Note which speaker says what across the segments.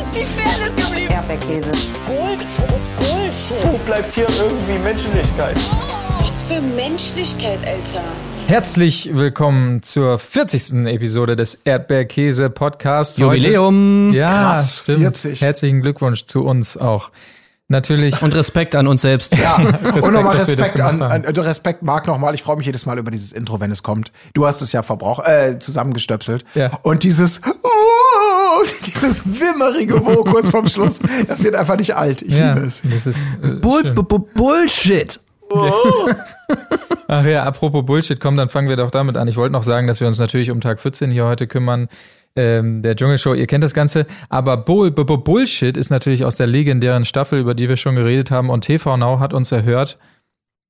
Speaker 1: ist die Fairness geblieben?
Speaker 2: Erdbeerkäse.
Speaker 3: Gold, Bullshit.
Speaker 4: Wo bleibt hier irgendwie Menschlichkeit?
Speaker 3: Was für Menschlichkeit, Alter.
Speaker 5: Herzlich willkommen zur 40. Episode des Erdbeerkäse-Podcasts.
Speaker 6: Jubiläum.
Speaker 5: Heute- Ja,
Speaker 7: Krass,
Speaker 5: stimmt.
Speaker 7: 40.
Speaker 5: Herzlichen Glückwunsch zu uns auch. Natürlich.
Speaker 6: Und Respekt an uns selbst.
Speaker 7: Ja, und nochmal
Speaker 5: dass wir das
Speaker 7: Respekt
Speaker 5: gemacht
Speaker 7: an,
Speaker 5: haben.
Speaker 7: an äh, Respekt, Marc, nochmal. Ich freue mich jedes Mal über dieses Intro, wenn es kommt. Du hast es ja verbraucht, äh, zusammengestöpselt.
Speaker 5: Ja.
Speaker 7: Und dieses, dieses wimmerige Wo kurz vorm Schluss, das wird einfach nicht alt. Ich
Speaker 5: ja,
Speaker 7: liebe es.
Speaker 5: Das ist, äh,
Speaker 6: Bull,
Speaker 5: schön.
Speaker 6: bu- bu- Bullshit.
Speaker 5: Ach ja, apropos Bullshit, komm, dann fangen wir doch damit an. Ich wollte noch sagen, dass wir uns natürlich um Tag 14 hier heute kümmern. Ähm, der Dschungelshow, ihr kennt das Ganze. Aber Bull, B- B- Bullshit ist natürlich aus der legendären Staffel, über die wir schon geredet haben. Und TV Now hat uns erhört,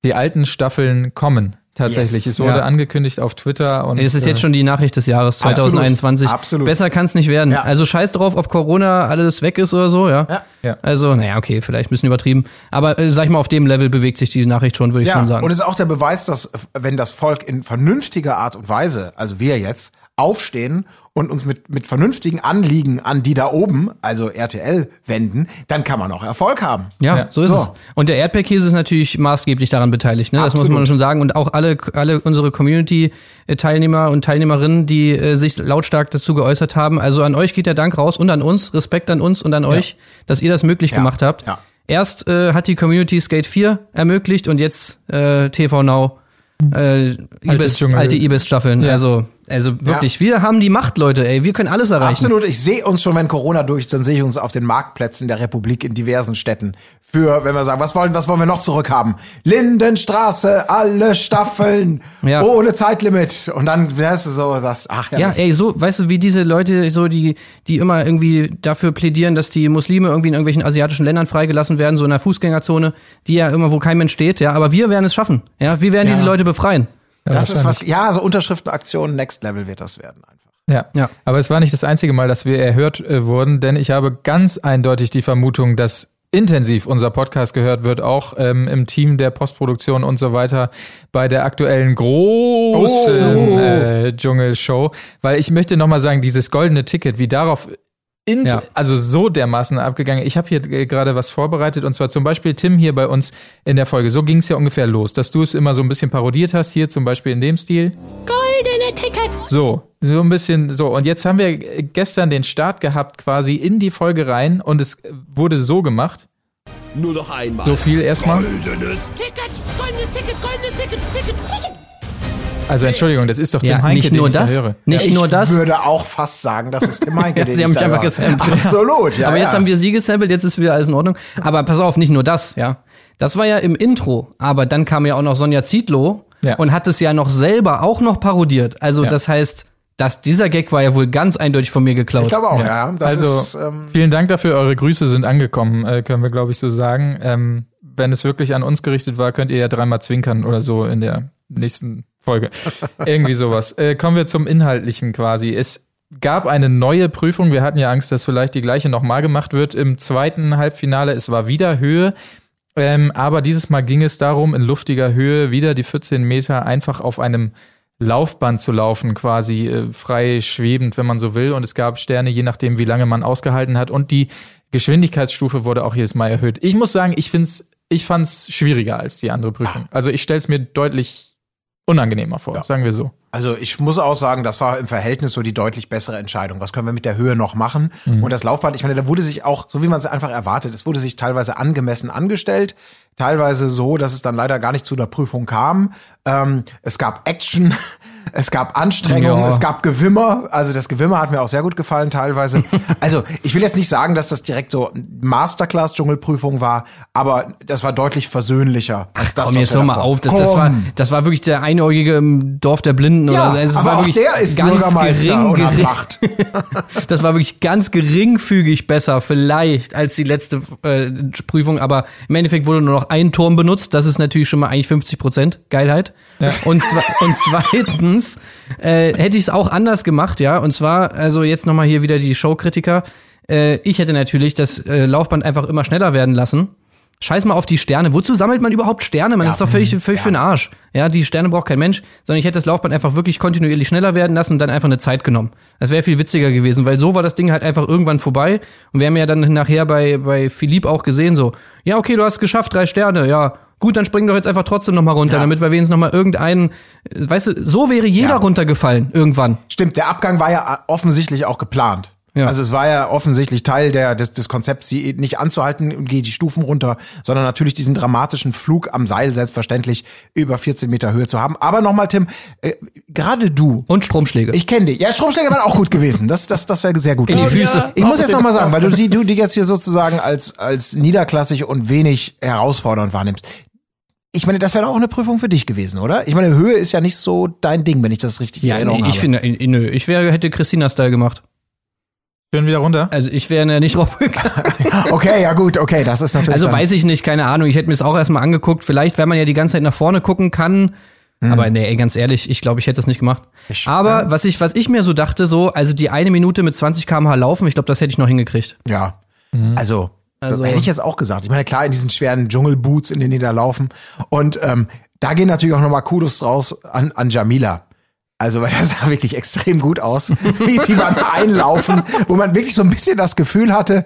Speaker 5: die alten Staffeln kommen. Tatsächlich.
Speaker 7: Yes,
Speaker 5: es wurde
Speaker 6: ja.
Speaker 5: angekündigt auf Twitter. Und,
Speaker 6: Ey, das ist
Speaker 5: äh,
Speaker 6: jetzt schon die Nachricht des Jahres 2021.
Speaker 7: Absolut, absolut.
Speaker 6: Besser kann es nicht werden.
Speaker 7: Ja.
Speaker 6: Also scheiß drauf, ob Corona alles weg ist oder so, ja.
Speaker 7: Ja.
Speaker 5: Ja.
Speaker 6: Also, naja, okay, vielleicht ein bisschen übertrieben. Aber äh, sag ich mal, auf dem Level bewegt sich die Nachricht schon, würde ich schon sagen.
Speaker 7: und es ist auch der Beweis, dass äh, wenn das Volk in vernünftiger Art und Weise, also wir jetzt, aufstehen und uns mit, mit vernünftigen Anliegen an die da oben, also RTL, wenden, dann kann man auch Erfolg haben.
Speaker 6: Ja,
Speaker 5: Ja.
Speaker 6: so ist
Speaker 7: So.
Speaker 6: es. Und der Erdbeerkäse ist natürlich maßgeblich daran beteiligt, ne? Das muss man
Speaker 7: Absolut.
Speaker 6: schon sagen. Und auch alle, alle unsere Community-Teilnehmer und Teilnehmerinnen, die äh, sich lautstark dazu geäußert haben. Also an euch geht der Dank raus und an uns, Respekt an uns und an euch, dass ihr das möglich gemacht habt.
Speaker 7: ja.
Speaker 6: Erst äh, hat die Community Skate 4 ermöglicht und jetzt äh, TV Now. Äh, Ibis,
Speaker 5: Dschungel.
Speaker 6: alte Ibis-Staffeln.
Speaker 5: Ja.
Speaker 6: Also, also wirklich, wir haben die Macht, Leute, ey. Wir können alles erreichen.
Speaker 7: Absolut, ich sehe uns schon, wenn Corona durch ist, dann sehe ich uns auf den Marktplätzen der Republik in diversen Städten. Für, wenn wir sagen, was wollen, was wollen wir noch zurückhaben? Lindenstraße, alle Staffeln,
Speaker 6: Ja.
Speaker 7: ohne Zeitlimit. Und dann wärst du so, sagst, ach
Speaker 6: Ja, eh,
Speaker 7: ja.
Speaker 6: ey, so, weißt du, wie diese Leute, so, die, die immer irgendwie dafür plädieren, dass die Muslime irgendwie in irgendwelchen asiatischen Ländern freigelassen werden, so in der Fußgängerzone, die ja immer, wo kein Mensch steht, ja, aber wir werden es schaffen, ja, wir werden diese Leute befreien.
Speaker 7: das ist was, ja, so Unterschriftenaktionen, Next Level wird das werden einfach.
Speaker 5: Ja.
Speaker 6: Ja.
Speaker 5: aber es war nicht das einzige Mal, dass wir erhört äh, wurden, denn ich habe ganz eindeutig die Vermutung, dass intensiv unser Podcast gehört wird, auch ähm, im Team der Postproduktion und so weiter bei der aktuellen großen
Speaker 7: Oh.
Speaker 5: äh, Dschungelshow, weil ich möchte nochmal sagen, dieses goldene Ticket, wie darauf in,
Speaker 6: Ja.
Speaker 5: also so dermaßen abgegangen. Ich habe hier äh, gerade was vorbereitet und zwar zum Beispiel Tim hier bei uns in der Folge. So ging es ja ungefähr los, dass du es immer so ein bisschen parodiert hast hier, zum Beispiel in dem Stil.
Speaker 1: Goldene Ticket.
Speaker 5: So, so ein bisschen so. Und jetzt haben wir gestern den Start gehabt, quasi in die Folge rein und es wurde so gemacht.
Speaker 8: Nur noch einmal.
Speaker 5: So viel erstmal.
Speaker 1: Ticket, goldenes Ticket, goldenes Ticket, Ticket, Ticket.
Speaker 5: Also Entschuldigung, das ist doch Tim
Speaker 6: ja,
Speaker 5: Heinke,
Speaker 6: nicht
Speaker 5: den
Speaker 6: nur
Speaker 5: ich
Speaker 6: das,
Speaker 5: da höre.
Speaker 6: nicht nur
Speaker 7: Ich
Speaker 6: das,
Speaker 7: würde auch fast sagen, das ist Tim Heinke, den
Speaker 6: Sie
Speaker 7: ich
Speaker 6: haben
Speaker 7: da
Speaker 6: mich einfach
Speaker 7: höre.
Speaker 6: gesampelt.
Speaker 7: Absolut, ja.
Speaker 6: aber jetzt
Speaker 7: ja.
Speaker 6: haben wir sie gesampelt, jetzt ist wieder alles in Ordnung. Aber pass auf, nicht nur das, ja. Das war ja im Intro, aber dann kam ja auch noch Sonja Zietlow
Speaker 5: Ja.
Speaker 6: und hat es ja noch selber auch noch parodiert. Also
Speaker 5: Ja.
Speaker 6: das heißt, dass dieser Gag war ja wohl ganz eindeutig von mir geklaut.
Speaker 7: Ich glaube auch, ja. Das
Speaker 5: also
Speaker 7: ist, ähm,
Speaker 5: vielen Dank dafür, eure Grüße sind angekommen, äh, können wir glaube ich so sagen. Ähm, wenn es wirklich an uns gerichtet war, könnt ihr ja dreimal zwinkern oder so in der nächsten Folge. Irgendwie sowas. Äh, kommen wir zum Inhaltlichen quasi. Es gab eine neue Prüfung. Wir hatten ja Angst, dass vielleicht die gleiche nochmal gemacht wird im zweiten Halbfinale. Es war wieder Höhe. Ähm, aber dieses Mal ging es darum, in luftiger Höhe wieder die 14 Meter einfach auf einem Laufband zu laufen, quasi äh, frei schwebend, wenn man so will. Und es gab Sterne, je nachdem, wie lange man ausgehalten hat. Und die Geschwindigkeitsstufe wurde auch jedes Mal erhöht. Ich muss sagen, ich find's, ich fand's schwieriger als die andere Prüfung. Also ich stell's mir deutlich unangenehmer vor, sagen wir so.
Speaker 7: Also ich muss auch sagen, das war im Verhältnis so die deutlich bessere Entscheidung. Was können wir mit der Höhe noch machen?
Speaker 6: Mhm.
Speaker 7: Und das Laufband, ich meine, da wurde sich auch, so wie man es einfach erwartet, es wurde sich teilweise angemessen angestellt, teilweise so, dass es dann leider gar nicht zu der Prüfung kam. Ähm, es gab Action, es gab Anstrengung,
Speaker 6: Ja.
Speaker 7: es gab Gewimmer. Also das Gewimmer hat mir auch sehr gut gefallen teilweise. also ich will jetzt nicht sagen, dass das direkt so Masterclass-Dschungelprüfung war, aber das war deutlich versöhnlicher als das,
Speaker 6: Komm,
Speaker 7: was
Speaker 6: jetzt
Speaker 7: wir
Speaker 6: hör mal
Speaker 7: davor-
Speaker 6: auf. Das, das,
Speaker 7: Komm.
Speaker 6: war, das war wirklich der Einäugige im Dorf der Blinden.
Speaker 7: ja,
Speaker 6: oder so. Also, es
Speaker 7: aber
Speaker 6: war
Speaker 7: auch
Speaker 6: wirklich
Speaker 7: der ist Bürgermeister und hat
Speaker 6: gering,
Speaker 7: Macht.
Speaker 6: Das war wirklich ganz geringfügig besser, vielleicht, als die letzte äh, Prüfung. Aber im Endeffekt wurde nur noch ein Turm benutzt. Das ist natürlich schon mal eigentlich 50 Prozent Geilheit. Und, zwe und zweitens äh, hätte ich es auch anders gemacht, ja. Und zwar, also jetzt nochmal hier wieder die Showkritiker. Äh, ich hätte natürlich das äh, Laufband einfach immer schneller werden lassen Scheiß mal auf die Sterne. Wozu sammelt man überhaupt Sterne? Man ist doch völlig, völlig für den Arsch. Ja, die Sterne braucht kein Mensch, sondern ich hätte das Laufband einfach wirklich kontinuierlich schneller werden lassen und dann einfach eine Zeit genommen. Das wäre viel witziger gewesen, weil so war das Ding halt einfach irgendwann vorbei. Und wir haben ja dann nachher bei, bei Philipp auch gesehen, so, ja, okay, du hast es geschafft, drei Sterne, ja. Gut, dann spring doch jetzt einfach trotzdem nochmal runter,
Speaker 7: Ja.
Speaker 6: damit wir wenigstens nochmal irgendeinen, äh, weißt du, so wäre jeder
Speaker 7: Ja.
Speaker 6: runtergefallen irgendwann.
Speaker 7: Stimmt, der Abgang war ja äh, offensichtlich auch geplant.
Speaker 6: Ja.
Speaker 7: Also es war ja offensichtlich Teil der, des, des Konzepts, sie nicht anzuhalten und geh die Stufen runter, sondern natürlich diesen dramatischen Flug am Seil selbstverständlich über 14 Meter Höhe zu haben. Aber nochmal, Tim, äh, gerade du,
Speaker 6: Und Stromschläge.
Speaker 7: ich kenne dich. Ja, Stromschläge wären auch gut gewesen. Das, das, das wäre sehr gut
Speaker 6: In die
Speaker 7: gewesen.
Speaker 6: Füße.
Speaker 7: Ich muss jetzt nochmal sagen, weil du die, du die jetzt hier sozusagen als, als niederklassig und wenig herausfordernd wahrnimmst. Ich meine, das wäre doch auch eine Prüfung für dich gewesen, oder? Ich meine, Höhe ist ja nicht so dein Ding, wenn ich das richtig in
Speaker 6: ja,
Speaker 7: Erinnerung
Speaker 6: nee,
Speaker 7: habe.
Speaker 6: ich finde, äh, nö, ich wäre, hätte Christina-Style gemacht.
Speaker 5: Schön wieder runter.
Speaker 6: Also ich wäre ja nicht draufgegangen.
Speaker 7: Ah, Okay, ja gut, okay, das ist natürlich.
Speaker 6: Also
Speaker 7: dann-
Speaker 6: weiß ich nicht, keine Ahnung. Ich hätte mir es auch erstmal angeguckt. Vielleicht, wenn man ja die ganze Zeit nach vorne gucken kann. Aber nee, ey, ganz ehrlich, ich glaube, ich hätte das nicht gemacht. Aber was Hm. ich, was ich mir so dachte, so, also die eine Minute mit 20 km/h laufen, ich glaube, das hätte ich noch hingekriegt.
Speaker 7: Ja. Also,
Speaker 6: Also-
Speaker 7: das hätte ich jetzt auch gesagt. Ich meine, klar, in diesen schweren Dschungelboots, in denen die da laufen. Und ähm, da gehen natürlich auch nochmal Kudos raus an, an Jamila. Also, weil das sah wirklich extrem gut aus, wie sie beim Einlaufen, wo man wirklich so ein bisschen das Gefühl hatte,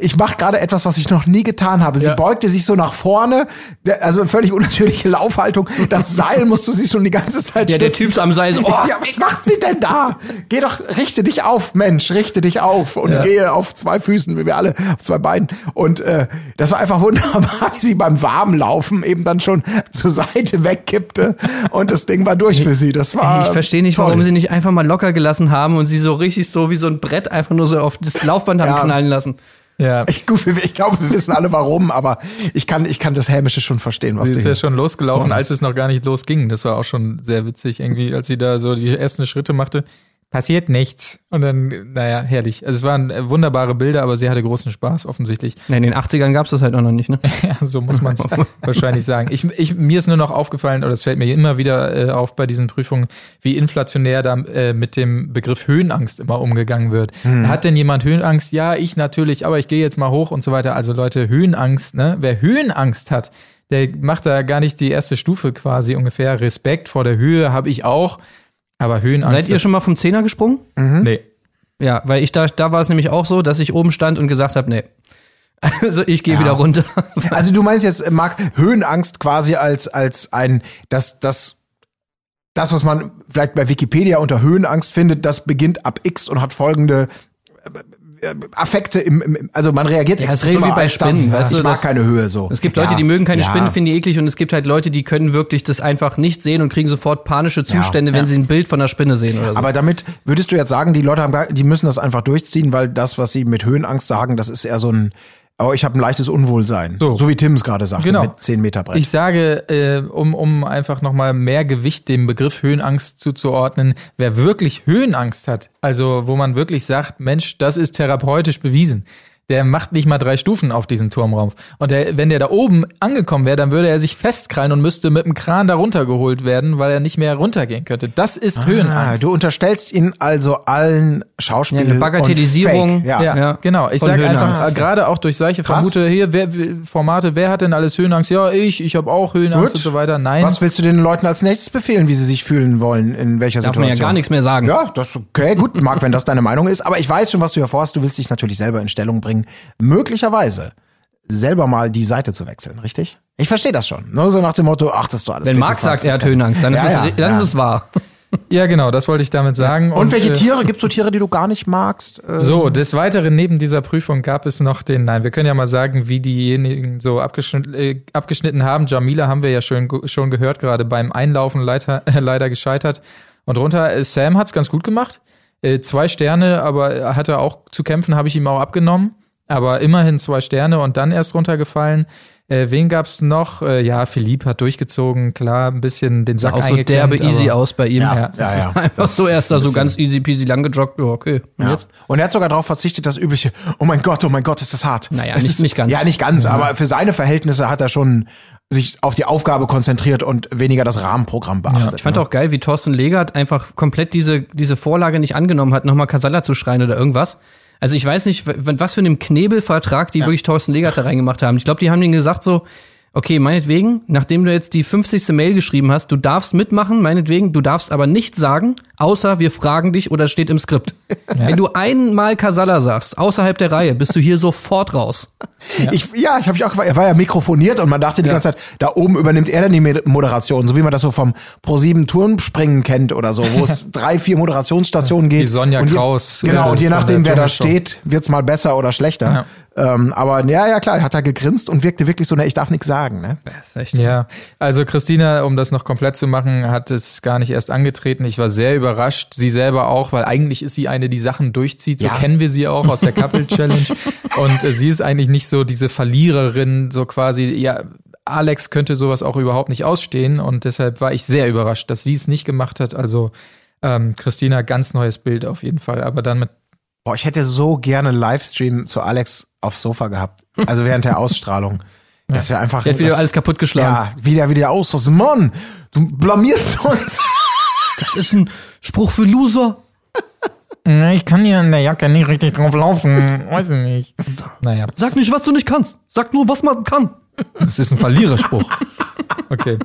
Speaker 7: ich mache gerade etwas, was ich noch nie getan habe. Sie beugte sich so nach vorne, der- also eine völlig unnatürliche Laufhaltung. Das Seil musste sie schon die ganze Zeit
Speaker 6: Ja, der
Speaker 7: stützen.
Speaker 6: Typ am Seil so, oh,
Speaker 7: ja, was macht sie denn da? Geh doch, richte dich auf, Mensch, richte dich auf und gehe auf zwei Füßen, wie wir alle, auf zwei Beinen. Und äh, das war einfach wunderbar, wie sie beim warmen Laufen eben dann schon zur Seite wegkippte und das Ding war durch für sie. Das war
Speaker 6: Ich verstehe nicht,
Speaker 7: toll.
Speaker 6: warum sie nicht einfach mal locker gelassen haben und sie so richtig so wie so ein Brett einfach nur so auf das Laufband haben
Speaker 7: Ja.
Speaker 6: knallen lassen.
Speaker 5: Ja.
Speaker 7: Ich, gut, wir- ich glaube, wir wissen alle warum, aber ich kann, ich kann das Hämische schon verstehen, was
Speaker 5: Sie
Speaker 7: die
Speaker 5: ist ja schon losgelaufen,
Speaker 7: Morgens.
Speaker 5: als es noch gar nicht losging. Das war auch schon sehr witzig irgendwie, als sie da so die ersten Schritte machte. Passiert nichts. Und dann, naja, herrlich. Also es waren äh, wunderbare Bilder, aber sie hatte großen Spaß offensichtlich.
Speaker 6: Nee, in den 80ern gab's das halt auch noch nicht, ne?
Speaker 5: Ja, so muss man es wahrscheinlich sagen. Ich, ich, mir ist nur noch aufgefallen, oder es fällt mir immer wieder äh, auf bei diesen Prüfungen, wie inflationär da äh, mit dem Begriff Höhenangst immer umgegangen wird.
Speaker 6: Hm.
Speaker 5: Hat denn jemand Höhenangst? Ja, ich natürlich, aber ich gehe jetzt mal hoch und so weiter. Also Leute, Höhenangst, ne? Wer Höhenangst hat, der macht da gar nicht die erste Stufe quasi ungefähr. Respekt vor der Höhe habe ich auch, aber Höhenangst.
Speaker 6: Seid ihr schon mal vom Zehner gesprungen?
Speaker 5: schon? Nee.
Speaker 6: Ja, weil ich da, da war es nämlich auch so, dass ich oben stand und gesagt habe, nee. Also ich gehe wieder runter.
Speaker 7: Also du meinst jetzt, äh, Marc, Höhenangst quasi als, als ein, das, das, das, was man vielleicht bei Wikipedia unter Höhenangst findet, das beginnt ab X und hat folgende äh, äh, Affekte im, im also man reagiert
Speaker 6: es ist
Speaker 7: extrem
Speaker 6: so wie bei
Speaker 7: als das.
Speaker 6: Spinnen, weißt
Speaker 7: ich
Speaker 6: du,
Speaker 7: mag
Speaker 6: das-
Speaker 7: keine Höhe so.
Speaker 6: Es gibt Leute, die mögen keine
Speaker 7: ja.
Speaker 6: Spinnen, finden die eklig und es gibt halt Leute, die können wirklich das einfach nicht sehen und kriegen sofort panische Zustände, wenn sie ein Bild von einer Spinne sehen oder so.
Speaker 7: Aber damit würdest du jetzt sagen, die Leute haben, gar- die müssen das einfach durchziehen, weil das, was sie mit Höhenangst sagen, das ist eher so ein, oh, ich habe ein leichtes Unwohlsein. So,
Speaker 5: So.
Speaker 7: wie Tim es gerade sagte,
Speaker 5: Genau.
Speaker 7: mit 10 Meter Brett.
Speaker 5: Ich sage, äh, um, um einfach nochmal mehr Gewicht dem Begriff Höhenangst zuzuordnen, wer wirklich Höhenangst hat, also wo man wirklich sagt, Mensch, das ist therapeutisch bewiesen, der macht nicht mal drei Stufen auf diesen Turm rauf. Und der, wenn der da oben angekommen wäre, dann würde er sich festkrallen und müsste mit dem Kran da runtergeholt werden, weil er nicht mehr runtergehen könnte. Das ist
Speaker 7: Ah,
Speaker 5: Höhenangst.
Speaker 7: du unterstellst ihn also allen Schauspielern.
Speaker 6: Ja, eine Bagatellisierung.
Speaker 7: Und Fake. Ja.
Speaker 5: Ja,
Speaker 6: Ja.
Speaker 5: genau. Ich
Speaker 6: Von
Speaker 5: sage
Speaker 6: Höhenangst.
Speaker 5: einfach, äh, gerade auch durch solche
Speaker 7: Krass.
Speaker 5: Vermute hier, wer, Formate, wer hat denn alles Höhenangst? Ja, ich, ich habe auch Höhenangst
Speaker 7: Gut.
Speaker 5: und so weiter. Nein.
Speaker 7: Was willst du den Leuten als nächstes befehlen, wie sie sich fühlen wollen, in welcher
Speaker 6: Darf man ja
Speaker 7: Situation?
Speaker 6: gar nichts mehr sagen.
Speaker 7: Ja, das okay, gut, Marc, wenn das deine Meinung ist. Aber ich weiß schon, was du hier vorhast. Du willst dich natürlich selber in Stellung bringen. Möglicherweise selber mal die Seite zu wechseln, richtig? Ich verstehe das schon. Nur so nach dem Motto, ach, das ist doch alles
Speaker 6: Wenn
Speaker 7: Pickle
Speaker 6: Marc
Speaker 7: Fax,
Speaker 6: sagt, er
Speaker 7: das
Speaker 6: hat
Speaker 7: kann-
Speaker 6: Höhenangst, dann,
Speaker 7: Ja,
Speaker 6: ist, es,
Speaker 7: ja,
Speaker 6: dann
Speaker 7: ja.
Speaker 6: ist es wahr.
Speaker 5: Ja, genau, das wollte ich damit sagen.
Speaker 7: Und welche
Speaker 5: äh,
Speaker 7: Tiere? Gibt's so Tiere, die du gar nicht magst? Äh,
Speaker 5: So, des Weiteren neben dieser Prüfung gab es noch den, nein, wir können ja mal sagen, wie diejenigen so abgeschnitten, äh, abgeschnitten haben. Jamila haben wir ja schon, schon gehört, gerade beim Einlaufen leider, äh, leider gescheitert. Und runter, äh, Sam hat's ganz gut gemacht. Äh, zwei Sterne, aber er hatte auch zu kämpfen, habe ich ihm auch abgenommen. Aber immerhin zwei Sterne und dann erst runtergefallen. Äh, wen gab's noch? Äh, ja, Philipp hat durchgezogen, klar, ein bisschen den Sack
Speaker 6: Auch so derbe
Speaker 5: eingeklemmt,
Speaker 6: easy
Speaker 5: aber-
Speaker 6: aus bei ihm.
Speaker 7: ja, ja, ja.
Speaker 6: Einfach so erst da so ganz easy peasy lang gejoggt. Ja, okay. Und
Speaker 7: Ja.
Speaker 6: jetzt?
Speaker 7: Und er hat sogar darauf verzichtet, das übliche, oh mein Gott, oh mein Gott, ist das hart.
Speaker 6: Naja,
Speaker 7: es
Speaker 6: nicht-
Speaker 7: ist,
Speaker 6: nicht ganz.
Speaker 7: Ja, nicht ganz, aber für seine Verhältnisse hat er schon sich auf die Aufgabe konzentriert und weniger das Rahmenprogramm beachtet. ne?
Speaker 6: Ich fand auch geil, wie Thorsten Legert einfach komplett diese, diese Vorlage nicht angenommen hat, nochmal Casalla zu schreien oder irgendwas. Also ich weiß nicht, w- was für einem Knebelvertrag die wirklich Thorsten Legert da reingemacht haben. Ich glaube, die haben denen gesagt so, okay, meinetwegen, nachdem du jetzt die 50. Mail geschrieben hast, du darfst mitmachen, meinetwegen, du darfst aber nichts sagen, außer wir fragen dich oder es steht im Skript. Wenn du einmal Kasala sagst, außerhalb der Reihe, bist du hier sofort raus.
Speaker 7: Ich, ja, ich habe mich auch gefragt, er war ja mikrofoniert und man dachte die ganze Zeit, da oben übernimmt er dann die Med- Moderation, so wie man das so vom Pro7 Turmspringen kennt oder so, wo es drei, vier Moderationsstationen geht.
Speaker 5: Sonja
Speaker 7: und je,
Speaker 5: Kraus,
Speaker 7: Genau,
Speaker 5: äh,
Speaker 7: und je
Speaker 5: von
Speaker 7: nachdem,
Speaker 5: der
Speaker 7: wer da
Speaker 5: Dschungelshow.
Speaker 7: steht, wird's mal besser oder schlechter. Ähm, aber ja, ja, klar, hat er gegrinst und wirkte wirklich so, ne, ich darf nichts sagen. Ne?
Speaker 6: Das ist echt
Speaker 5: Ja, also Christina, um das noch komplett zu machen, hat es gar nicht erst angetreten. Ich war sehr überrascht, sie selber auch, weil eigentlich ist sie eine, die Sachen durchzieht. So
Speaker 7: Ja.
Speaker 5: kennen wir sie auch aus der Couple Challenge. Und äh, sie ist eigentlich nicht so diese Verliererin, so quasi, ja, Alex könnte sowas auch überhaupt nicht ausstehen. Und deshalb war ich sehr überrascht, dass sie es nicht gemacht hat. Also ähm, Christina, ganz neues Bild auf jeden Fall. Aber dann mit,
Speaker 7: Boah, ich hätte so gerne Livestream zu Alex aufs Sofa gehabt. Also während der Ausstrahlung. Das wäre einfach.
Speaker 6: Der hat wieder
Speaker 7: das,
Speaker 6: alles kaputtgeschlagen.
Speaker 7: Ja, wieder, wieder aus. Mann, du blamierst uns.
Speaker 6: Das ist ein Spruch für Loser.
Speaker 5: ich kann hier in der Jacke nicht richtig drauf laufen. Weiß ich nicht. Naja.
Speaker 6: Sag nicht, was du nicht kannst. Sag nur, was man kann.
Speaker 5: Das ist ein Verliererspruch. Okay.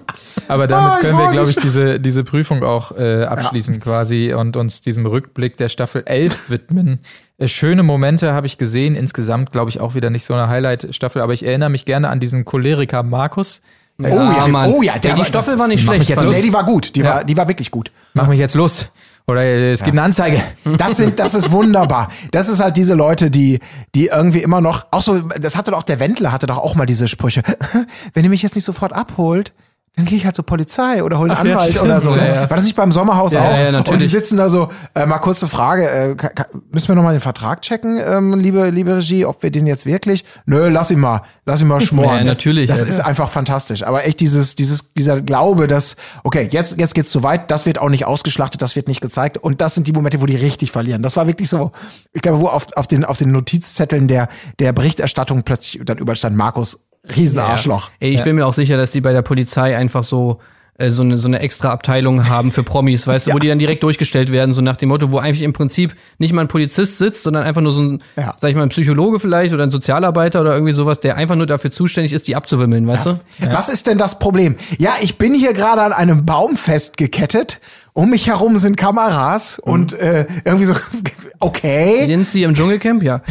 Speaker 5: Aber damit
Speaker 7: Ah, ich
Speaker 5: können wir,
Speaker 7: war
Speaker 5: glaube ich,
Speaker 7: nicht-
Speaker 5: diese, diese Prüfung auch äh, abschließen quasi und uns diesem Rückblick der Staffel 11 widmen. Äh, schöne Momente habe ich gesehen. Insgesamt, glaube ich, auch wieder nicht so eine Highlight-Staffel, aber ich erinnere mich gerne an diesen Choleriker Markus.
Speaker 7: Oh ja,
Speaker 6: Mann.
Speaker 7: oh ja,
Speaker 6: Ey, die
Speaker 7: war-
Speaker 6: Staffel
Speaker 7: das-
Speaker 6: war nicht
Speaker 7: mach
Speaker 6: schlecht,
Speaker 7: mich Jetzt,
Speaker 6: fand
Speaker 7: nee,
Speaker 6: ich.
Speaker 7: die war gut, die,
Speaker 5: Ja.
Speaker 7: war, die war wirklich gut.
Speaker 5: Mach mich jetzt los. Oder äh, es gibt eine Anzeige.
Speaker 7: Das sind, das ist wunderbar. Das ist halt diese Leute, die, die irgendwie immer noch, auch so, das hatte doch auch der Wendler hatte doch auch mal diese Sprüche. Wenn ihr mich jetzt nicht sofort abholt, dann gehe ich halt zur Polizei oder hole einen
Speaker 5: ja,
Speaker 7: Anwalt
Speaker 5: stimmt.
Speaker 7: oder so.
Speaker 5: Ja,
Speaker 7: ne?
Speaker 5: ja.
Speaker 7: War das nicht beim Sommerhaus
Speaker 5: Ja,
Speaker 7: auch?
Speaker 5: ja, natürlich.
Speaker 7: Und die sitzen da so, äh, mal kurze Frage, äh, ka- ka- müssen wir nochmal den Vertrag checken, ähm, liebe, liebe Regie, ob wir den jetzt wirklich? Nö, lass ihn mal, lass ihn mal schmoren.
Speaker 6: Ja, natürlich,
Speaker 7: Das
Speaker 6: ja.
Speaker 7: ist einfach fantastisch. Aber echt dieses, dieses, dieser Glaube, dass, okay, jetzt, jetzt geht's zu weit, das wird auch nicht ausgeschlachtet, das wird nicht gezeigt. Und das sind die Momente, wo die richtig verlieren. Das war wirklich so, ich glaube, wo auf, auf den, auf den Notizzetteln der, der Berichterstattung plötzlich dann überstand Markus, Riesenarschloch.
Speaker 6: Ey, ich bin mir auch sicher, dass die bei der Polizei einfach so äh, so eine, so eine extra Abteilung haben für Promis, weißt du, wo die dann direkt durchgestellt werden, so nach dem Motto, wo eigentlich im Prinzip nicht mal ein Polizist sitzt, sondern einfach nur so ein,
Speaker 7: Ja.
Speaker 6: sag ich mal, ein Psychologe vielleicht oder ein Sozialarbeiter oder irgendwie sowas, der einfach nur dafür zuständig ist, die abzuwimmeln, weißt du?
Speaker 7: Was ist denn das Problem? Ja, ich bin hier gerade an einem Baum festgekettet. Um mich herum sind Kameras und äh, irgendwie so, okay.
Speaker 6: Sind sie im Dschungelcamp? Ja.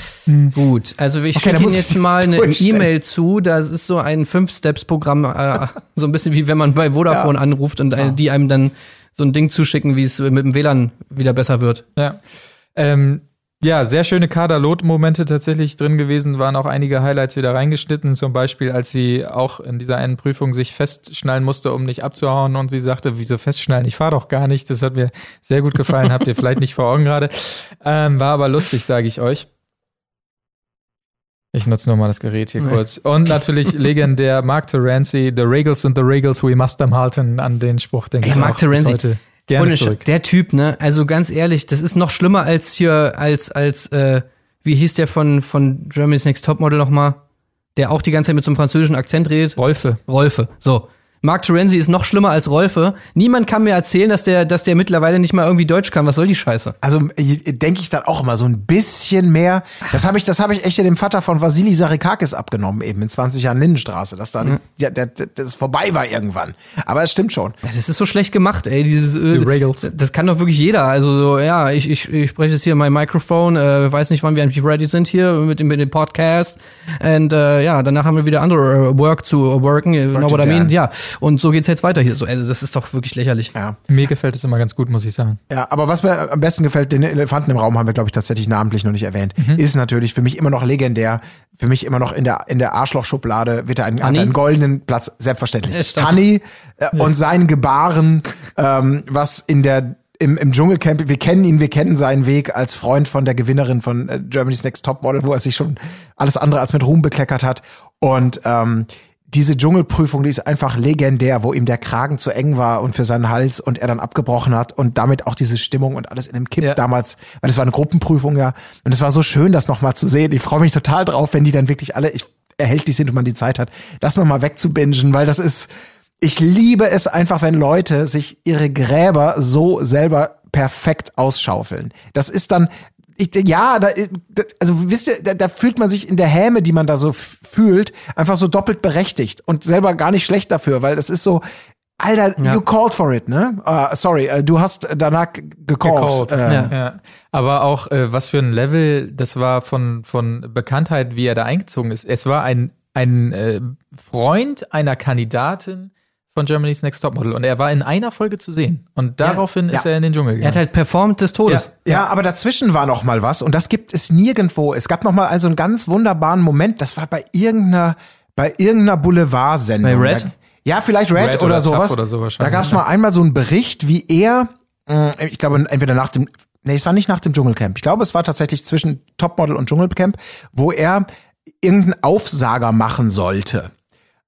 Speaker 6: Gut, also ich
Speaker 7: Hm. Okay, dann
Speaker 6: schicke Ihnen
Speaker 7: muss
Speaker 6: jetzt
Speaker 7: ich
Speaker 6: mal eine
Speaker 7: durchstellen.
Speaker 6: E-Mail zu. Das ist so ein Fünf-Steps-Programm, äh, so ein bisschen wie wenn man bei Vodafone anruft und äh, die einem dann so ein Ding zuschicken, wie es mit dem WLAN wieder besser wird.
Speaker 5: Ja. Ähm, ja, sehr schöne Kader-Lot-Momente tatsächlich drin gewesen, waren auch einige Highlights wieder reingeschnitten, zum Beispiel, als sie auch in dieser einen Prüfung sich festschnallen musste, um nicht abzuhauen und sie sagte, wieso festschnallen, ich fahre doch gar nicht, das hat mir sehr gut gefallen, habt ihr vielleicht nicht vor Augen gerade, ähm, war aber lustig, sage ich euch. Ich nutze nur mal das Gerät hier kurz. Und natürlich legendär Mark Terenzi, The Regals and the Regals, we must them halten, an den Spruch, denke
Speaker 6: Ey,
Speaker 5: ich
Speaker 6: Mark
Speaker 5: auch bis
Speaker 6: Terenzi.
Speaker 5: heute. Gerne
Speaker 6: Ohne Sch-
Speaker 5: zurück.
Speaker 6: Der Typ, ne? Also ganz ehrlich, das ist noch schlimmer als hier, als, als, äh, wie hieß der von, von Germany's Next Topmodel nochmal? Der auch die ganze Zeit mit so einem französischen Akzent redet.
Speaker 5: Rolfe.
Speaker 6: Rolfe. So. Mark Terenzi ist noch schlimmer als Rolfe. Niemand kann mir erzählen, dass der, dass der mittlerweile nicht mal irgendwie Deutsch kann. Was soll die Scheiße?
Speaker 7: Also denke ich dann auch immer so ein bisschen mehr. Das habe ich, das habe ich echt dem Vater von Vasili Sarikakis abgenommen, eben in 20 Jahren Lindenstraße, dass
Speaker 6: Mhm.
Speaker 7: dann ja, der, der, das vorbei war irgendwann. Aber es stimmt schon.
Speaker 6: Ja, Das ist so schlecht gemacht, ey. Dieses, äh,
Speaker 5: Die Regals.
Speaker 6: Das kann doch wirklich jeder. Also, so, ja, ich, ich, ich spreche jetzt hier mein Mikrofon, äh, weiß nicht, wann wir eigentlich ready sind hier mit dem, mit dem Podcast. Und äh, ja, danach haben wir wieder andere äh, Work zu worken, äh, know what I
Speaker 7: to
Speaker 6: mean?
Speaker 7: done.
Speaker 6: Ja. Und so geht's jetzt weiter hier. So, also, das ist doch wirklich lächerlich.
Speaker 7: Ja.
Speaker 5: Mir gefällt es immer ganz gut, muss ich sagen.
Speaker 7: Ja, aber was mir am besten gefällt, den Elefanten im Raum haben wir, glaube ich, tatsächlich namentlich noch nicht erwähnt,
Speaker 6: Mhm.
Speaker 7: ist natürlich für mich immer noch legendär, für mich immer noch in der, in der Arschlochschublade wird er einen, hat er einen goldenen Platz,
Speaker 6: Ja,
Speaker 7: selbstverständlich.
Speaker 6: stimmt.
Speaker 7: Honey äh, und sein Gebaren, ähm, was in der im, im Dschungelcamp, wir kennen ihn, wir kennen seinen Weg als Freund von der Gewinnerin von äh, Germany's Next Topmodel, wo er sich schon alles andere als mit Ruhm bekleckert hat. Und ähm, diese Dschungelprüfung, die ist einfach legendär, wo ihm der Kragen zu eng war und für seinen Hals und er dann abgebrochen hat und damit auch diese Stimmung und alles in dem Kipp
Speaker 5: Ja.
Speaker 7: damals, weil das war eine Gruppenprüfung ja und es war so schön, das nochmal zu sehen. Ich freue mich total drauf, wenn die dann wirklich alle ich, erhältlich sind und man die Zeit hat, das nochmal wegzubingen, weil das ist, ich liebe es einfach, wenn Leute sich ihre Gräber so selber perfekt ausschaufeln. Das ist dann, ich, ja, da, da- also wisst ihr, da, da fühlt man sich in der Häme, die man da so f- fühlt, einfach so doppelt berechtigt und selber gar nicht schlecht dafür, weil es ist so, Alter, you called for it, ne? Ah, sorry, äh, du hast danach g- gecallt.
Speaker 5: Cold.
Speaker 7: Äh,
Speaker 5: Ja. Ja. Aber auch, äh, was für ein Level das war von, von Bekanntheit, wie er da eingezogen ist. Es war ein, ein äh, Freund einer Kandidatin von Germany's Next Topmodel und er war in einer Folge zu sehen. Und daraufhin ist
Speaker 7: Ja.
Speaker 5: er in den Dschungel
Speaker 6: Er hat
Speaker 5: gegangen.
Speaker 6: halt performt des Todes.
Speaker 7: Ja, aber dazwischen war noch mal was und das gibt es nirgendwo. Es gab noch mal also einen ganz wunderbaren Moment, das war bei irgendeiner bei irgendeiner
Speaker 6: Bei
Speaker 7: Boulevard-Sendung.
Speaker 6: Red?
Speaker 7: Da- Ja, vielleicht Red,
Speaker 5: Red
Speaker 7: oder,
Speaker 5: oder
Speaker 7: sowas.
Speaker 5: Tough oder so
Speaker 7: da
Speaker 5: wahrscheinlich,
Speaker 7: gab es mal einmal so einen Bericht, wie er, mh, ich glaube, entweder nach dem, nee, es war nicht nach dem Dschungelcamp. Ich glaube, es war tatsächlich zwischen Topmodel und Dschungelcamp, wo er irgendeinen Aufsager machen sollte.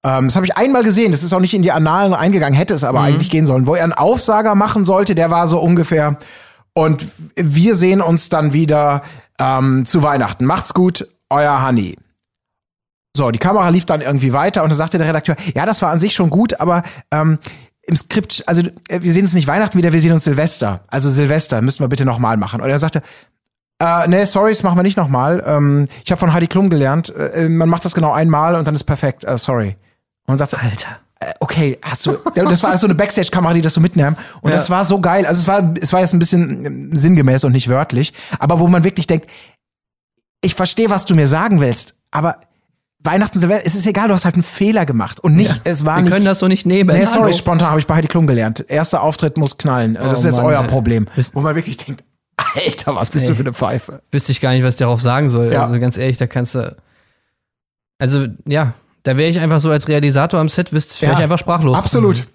Speaker 7: Ähm, das habe ich einmal gesehen, das ist auch nicht in die Annalen reingegangen, hätte es
Speaker 5: Mhm.
Speaker 7: aber eigentlich gehen sollen, wo er einen Aufsager machen sollte, der war so ungefähr, und wir sehen uns dann wieder ähm, zu Weihnachten. Macht's gut, euer Honey. So, die Kamera lief dann irgendwie weiter und dann sagte der Redakteur, ja, das war an sich schon gut, aber ähm, im Skript, also äh, wir sehen uns nicht Weihnachten wieder, wir sehen uns Silvester. Also Silvester müssen wir bitte nochmal machen. Und er sagte, äh, nee, sorry, das machen wir nicht nochmal. Ähm, ich habe von Heidi Klum gelernt, äh, man macht das genau einmal und dann ist perfekt. Äh, sorry. Und dann sagte,
Speaker 6: Alter.
Speaker 7: äh, okay, hast du, das war alles so eine Backstage-Kamera, die das so mitnahm. Und das war so geil. Also es war, es war jetzt ein bisschen ähm, sinngemäß und nicht wörtlich, aber wo man wirklich denkt, ich verstehe, was du mir sagen willst, aber Weihnachten, Silvester, es ist egal, du hast halt einen Fehler gemacht und nicht, es war
Speaker 6: Wir
Speaker 7: nicht.
Speaker 6: können das so nicht nehmen.
Speaker 7: nee, sorry,
Speaker 6: Hallo.
Speaker 7: spontan habe ich bei Heidi Klum gelernt. Erster Auftritt muss knallen. Äh, das
Speaker 6: Oh
Speaker 7: ist jetzt
Speaker 6: Mann,
Speaker 7: euer
Speaker 6: Alter.
Speaker 7: Problem. Wo man wirklich denkt, Alter, was bist du für eine Pfeife?
Speaker 6: Wüsste ich gar nicht, was ich darauf sagen soll.
Speaker 7: Ja.
Speaker 6: Also ganz ehrlich, da kannst du. Also, ja. Da wäre ich einfach so als Realisator am Set, wüsste wäre ich
Speaker 7: Ja.
Speaker 6: einfach sprachlos.
Speaker 7: Absolut.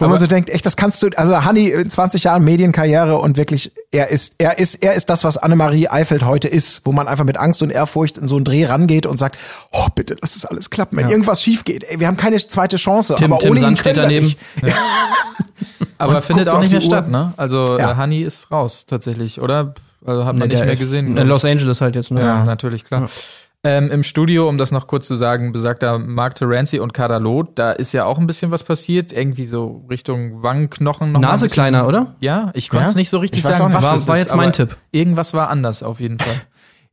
Speaker 7: Wo man so denkt, echt, das kannst du, also Hanni in 20 Jahren Medienkarriere und wirklich, er ist, er ist, er ist das, was Annemarie Eifeld heute ist, wo man einfach mit Angst und Ehrfurcht in so einen Dreh rangeht und sagt, oh, bitte, lass es alles klappen. Wenn irgendwas schief geht, ey, wir haben keine zweite Chance.
Speaker 6: Tim,
Speaker 7: aber
Speaker 6: Tim
Speaker 7: ohne ihn
Speaker 6: Sand steht
Speaker 7: können wir
Speaker 6: daneben.
Speaker 7: nicht.
Speaker 5: Aber
Speaker 7: Und
Speaker 5: findet
Speaker 7: guckt
Speaker 5: auch
Speaker 7: auf
Speaker 5: nicht
Speaker 7: die
Speaker 5: mehr
Speaker 7: Uhr.
Speaker 5: statt, ne? Also
Speaker 7: Ja.
Speaker 5: äh, Honey ist raus tatsächlich, oder? Also hat man
Speaker 6: Der
Speaker 5: nicht mehr
Speaker 6: ist
Speaker 5: gesehen. glaub
Speaker 6: In
Speaker 5: ich.
Speaker 6: Los Angeles halt jetzt, ne?
Speaker 5: Ja, natürlich, klar. Ähm, Im Studio, um das noch kurz zu sagen, besagter Mark Terenzi und Kader Loth, da ist ja auch ein bisschen was passiert. Irgendwie so Richtung Wangenknochen. Noch mal ein
Speaker 6: Nase
Speaker 5: bisschen-
Speaker 6: kleiner, oder?
Speaker 5: Ja, ich konnte es
Speaker 7: Ja?
Speaker 5: nicht so richtig
Speaker 7: Ich weiß auch
Speaker 5: sagen,
Speaker 7: nicht.
Speaker 5: was
Speaker 6: War-
Speaker 5: es
Speaker 6: war
Speaker 5: ist,
Speaker 6: jetzt mein
Speaker 5: aber
Speaker 6: Tipp.
Speaker 5: Irgendwas war anders auf jeden Fall.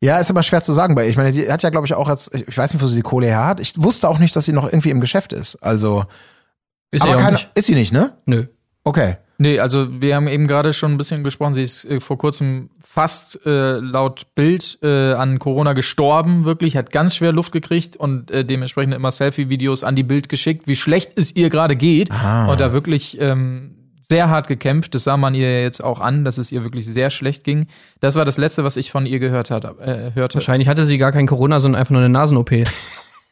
Speaker 7: Ja, ist aber schwer zu sagen, weil ich meine, die hat ja, glaube ich, auch jetzt, ich weiß nicht, wo sie die Kohle her hat. Ich wusste auch nicht, dass sie noch irgendwie im Geschäft ist. Also,
Speaker 6: Ist
Speaker 7: aber
Speaker 6: er auch
Speaker 7: keine,
Speaker 6: nicht.
Speaker 7: ist sie nicht, ne?
Speaker 6: Nö.
Speaker 7: Okay.
Speaker 5: Nee, also wir haben eben gerade schon ein bisschen gesprochen, sie ist äh, vor kurzem fast äh, laut Bild äh, an Corona gestorben, wirklich, hat ganz schwer Luft gekriegt und äh, dementsprechend immer Selfie-Videos an die Bild geschickt, wie schlecht es ihr gerade geht. Und da wirklich ähm, sehr hart gekämpft, das sah man ihr jetzt auch an, dass es ihr wirklich sehr schlecht ging. Das war das Letzte, was ich von ihr gehört hat, äh, hörte.
Speaker 6: Wahrscheinlich hatte sie gar kein Corona, sondern einfach nur eine Nasen-OP.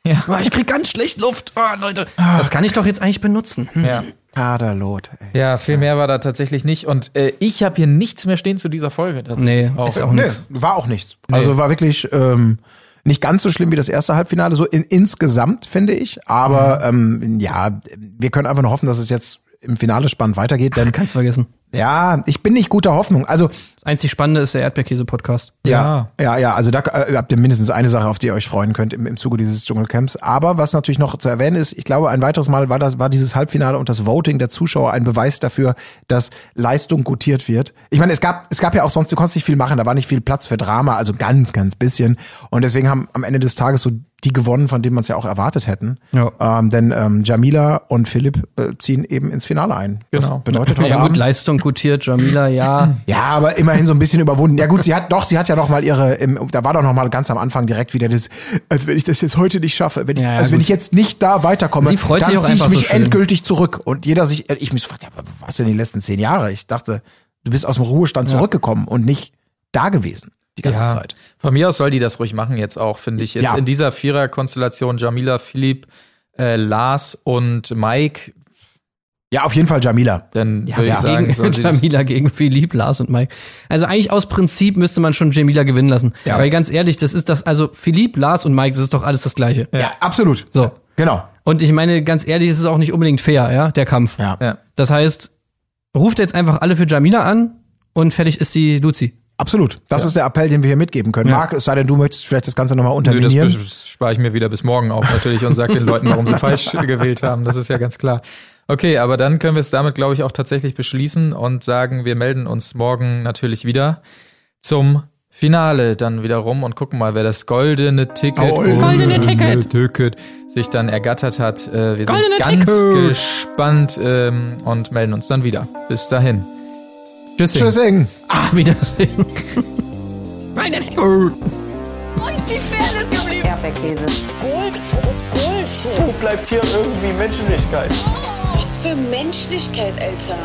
Speaker 5: Ja.
Speaker 6: Ah, Ich krieg ganz schlecht Luft. Ah, Leute. Das kann ich doch jetzt eigentlich benutzen. Hm.
Speaker 5: Ja.
Speaker 7: Kaderlot, ey.
Speaker 5: ja, viel mehr war da tatsächlich nicht. Und äh, ich habe hier nichts mehr stehen zu dieser Folge tatsächlich.
Speaker 6: Nee, ist auch
Speaker 7: Nö,
Speaker 6: nix.
Speaker 7: war auch nichts. Also war wirklich ähm, nicht ganz so schlimm wie das erste Halbfinale, so in, insgesamt, finde ich. Aber
Speaker 6: Mhm.
Speaker 7: ähm, ja, wir können einfach nur hoffen, dass es jetzt im Finale spannend weitergeht, denn
Speaker 6: Kannst vergessen.
Speaker 7: ja, ich bin nicht guter Hoffnung. Also
Speaker 6: Das einzig Spannende ist der Erdbeerkäse-Podcast.
Speaker 7: ja, ja, ja, also da äh, habt ihr mindestens eine Sache, auf die ihr euch freuen könnt im, im Zuge dieses Dschungelcamps. Aber was natürlich noch zu erwähnen ist, ich glaube, ein weiteres Mal war das, war dieses Halbfinale und das Voting der Zuschauer ein Beweis dafür, dass Leistung gutiert wird. Ich meine, es gab, es gab ja auch sonst, du konntest nicht viel machen, da war nicht viel Platz für Drama, also ganz, ganz bisschen. Und deswegen haben am Ende des Tages so die gewonnen, von denen man es ja auch erwartet hätten.
Speaker 6: Ja.
Speaker 7: Ähm, denn ähm, Jamila und Philipp äh, ziehen eben ins Finale ein.
Speaker 5: Genau.
Speaker 7: Das bedeutet heute
Speaker 6: Ja, gut,
Speaker 7: Abend,
Speaker 6: Leistung gutiert, Jamila, ja.
Speaker 7: ja, aber immerhin so ein bisschen überwunden. Ja gut, sie hat doch, sie hat ja noch mal ihre, im, da war doch noch mal ganz am Anfang direkt wieder das, als wenn ich das jetzt heute nicht schaffe, wenn ich,
Speaker 6: Ja, ja,
Speaker 7: als wenn
Speaker 6: gut.
Speaker 7: ich jetzt nicht da weiterkomme,
Speaker 6: Sie freut
Speaker 7: dann
Speaker 6: sich auch
Speaker 7: ziehe ich
Speaker 6: einfach so
Speaker 7: mich
Speaker 6: schön.
Speaker 7: endgültig zurück. Und jeder sich, äh, ich mich fragt, ja, was denn die letzten zehn Jahre? Ich dachte, du bist aus dem Ruhestand zurückgekommen und nicht da gewesen die ganze Zeit.
Speaker 5: Von mir aus soll die das ruhig machen jetzt auch, finde ich. Jetzt
Speaker 7: Ja.
Speaker 5: in dieser Vierer-Konstellation Jamila, Philipp, äh, Lars und Mike,
Speaker 7: Ja, auf jeden Fall Jamila.
Speaker 5: dann
Speaker 6: Ja,
Speaker 5: würde ich
Speaker 6: ja.
Speaker 5: sagen,
Speaker 6: Gegen,
Speaker 5: soll sie das-
Speaker 6: Jamila gegen Philipp, Lars und Mike. Also eigentlich aus Prinzip müsste man schon Jamila gewinnen lassen.
Speaker 7: Ja.
Speaker 6: Weil ganz ehrlich, das ist das, also Philipp, Lars und Mike, das ist doch alles das Gleiche.
Speaker 7: Ja, absolut.
Speaker 6: So.
Speaker 7: Genau.
Speaker 6: Und ich meine, ganz ehrlich, es ist auch nicht unbedingt fair, ja, der Kampf.
Speaker 7: Ja.
Speaker 5: Ja.
Speaker 6: Das heißt, ruft jetzt einfach alle für Jamila an und fertig ist die Luzi.
Speaker 7: Absolut. Das ist der Appell, den wir hier mitgeben können. Marc, es sei denn, du möchtest vielleicht das Ganze nochmal
Speaker 5: Nö, das
Speaker 7: unterminieren.
Speaker 5: bes- spare ich mir wieder bis morgen auf natürlich und sage den Leuten, warum sie falsch gewählt haben. Das ist ja ganz klar. Okay, aber dann können wir es damit, glaube ich, auch tatsächlich beschließen und sagen, wir melden uns morgen natürlich wieder zum Finale dann wiederum und gucken mal, wer das goldene Ticket,
Speaker 7: Goldene
Speaker 1: Ticket.
Speaker 5: Ticket sich dann ergattert hat. Äh, wir
Speaker 1: Goldene
Speaker 5: sind ganz
Speaker 1: Ticket.
Speaker 5: gespannt ähm, und melden uns dann wieder. Bis dahin. Tschüssing.
Speaker 7: Tschüssing.
Speaker 6: Wiedersehen.
Speaker 2: Erdbeerkäse.
Speaker 3: Gold, Bullshit.
Speaker 4: Wo bleibt hier irgendwie Menschlichkeit?
Speaker 3: Was für Menschlichkeit, Alter.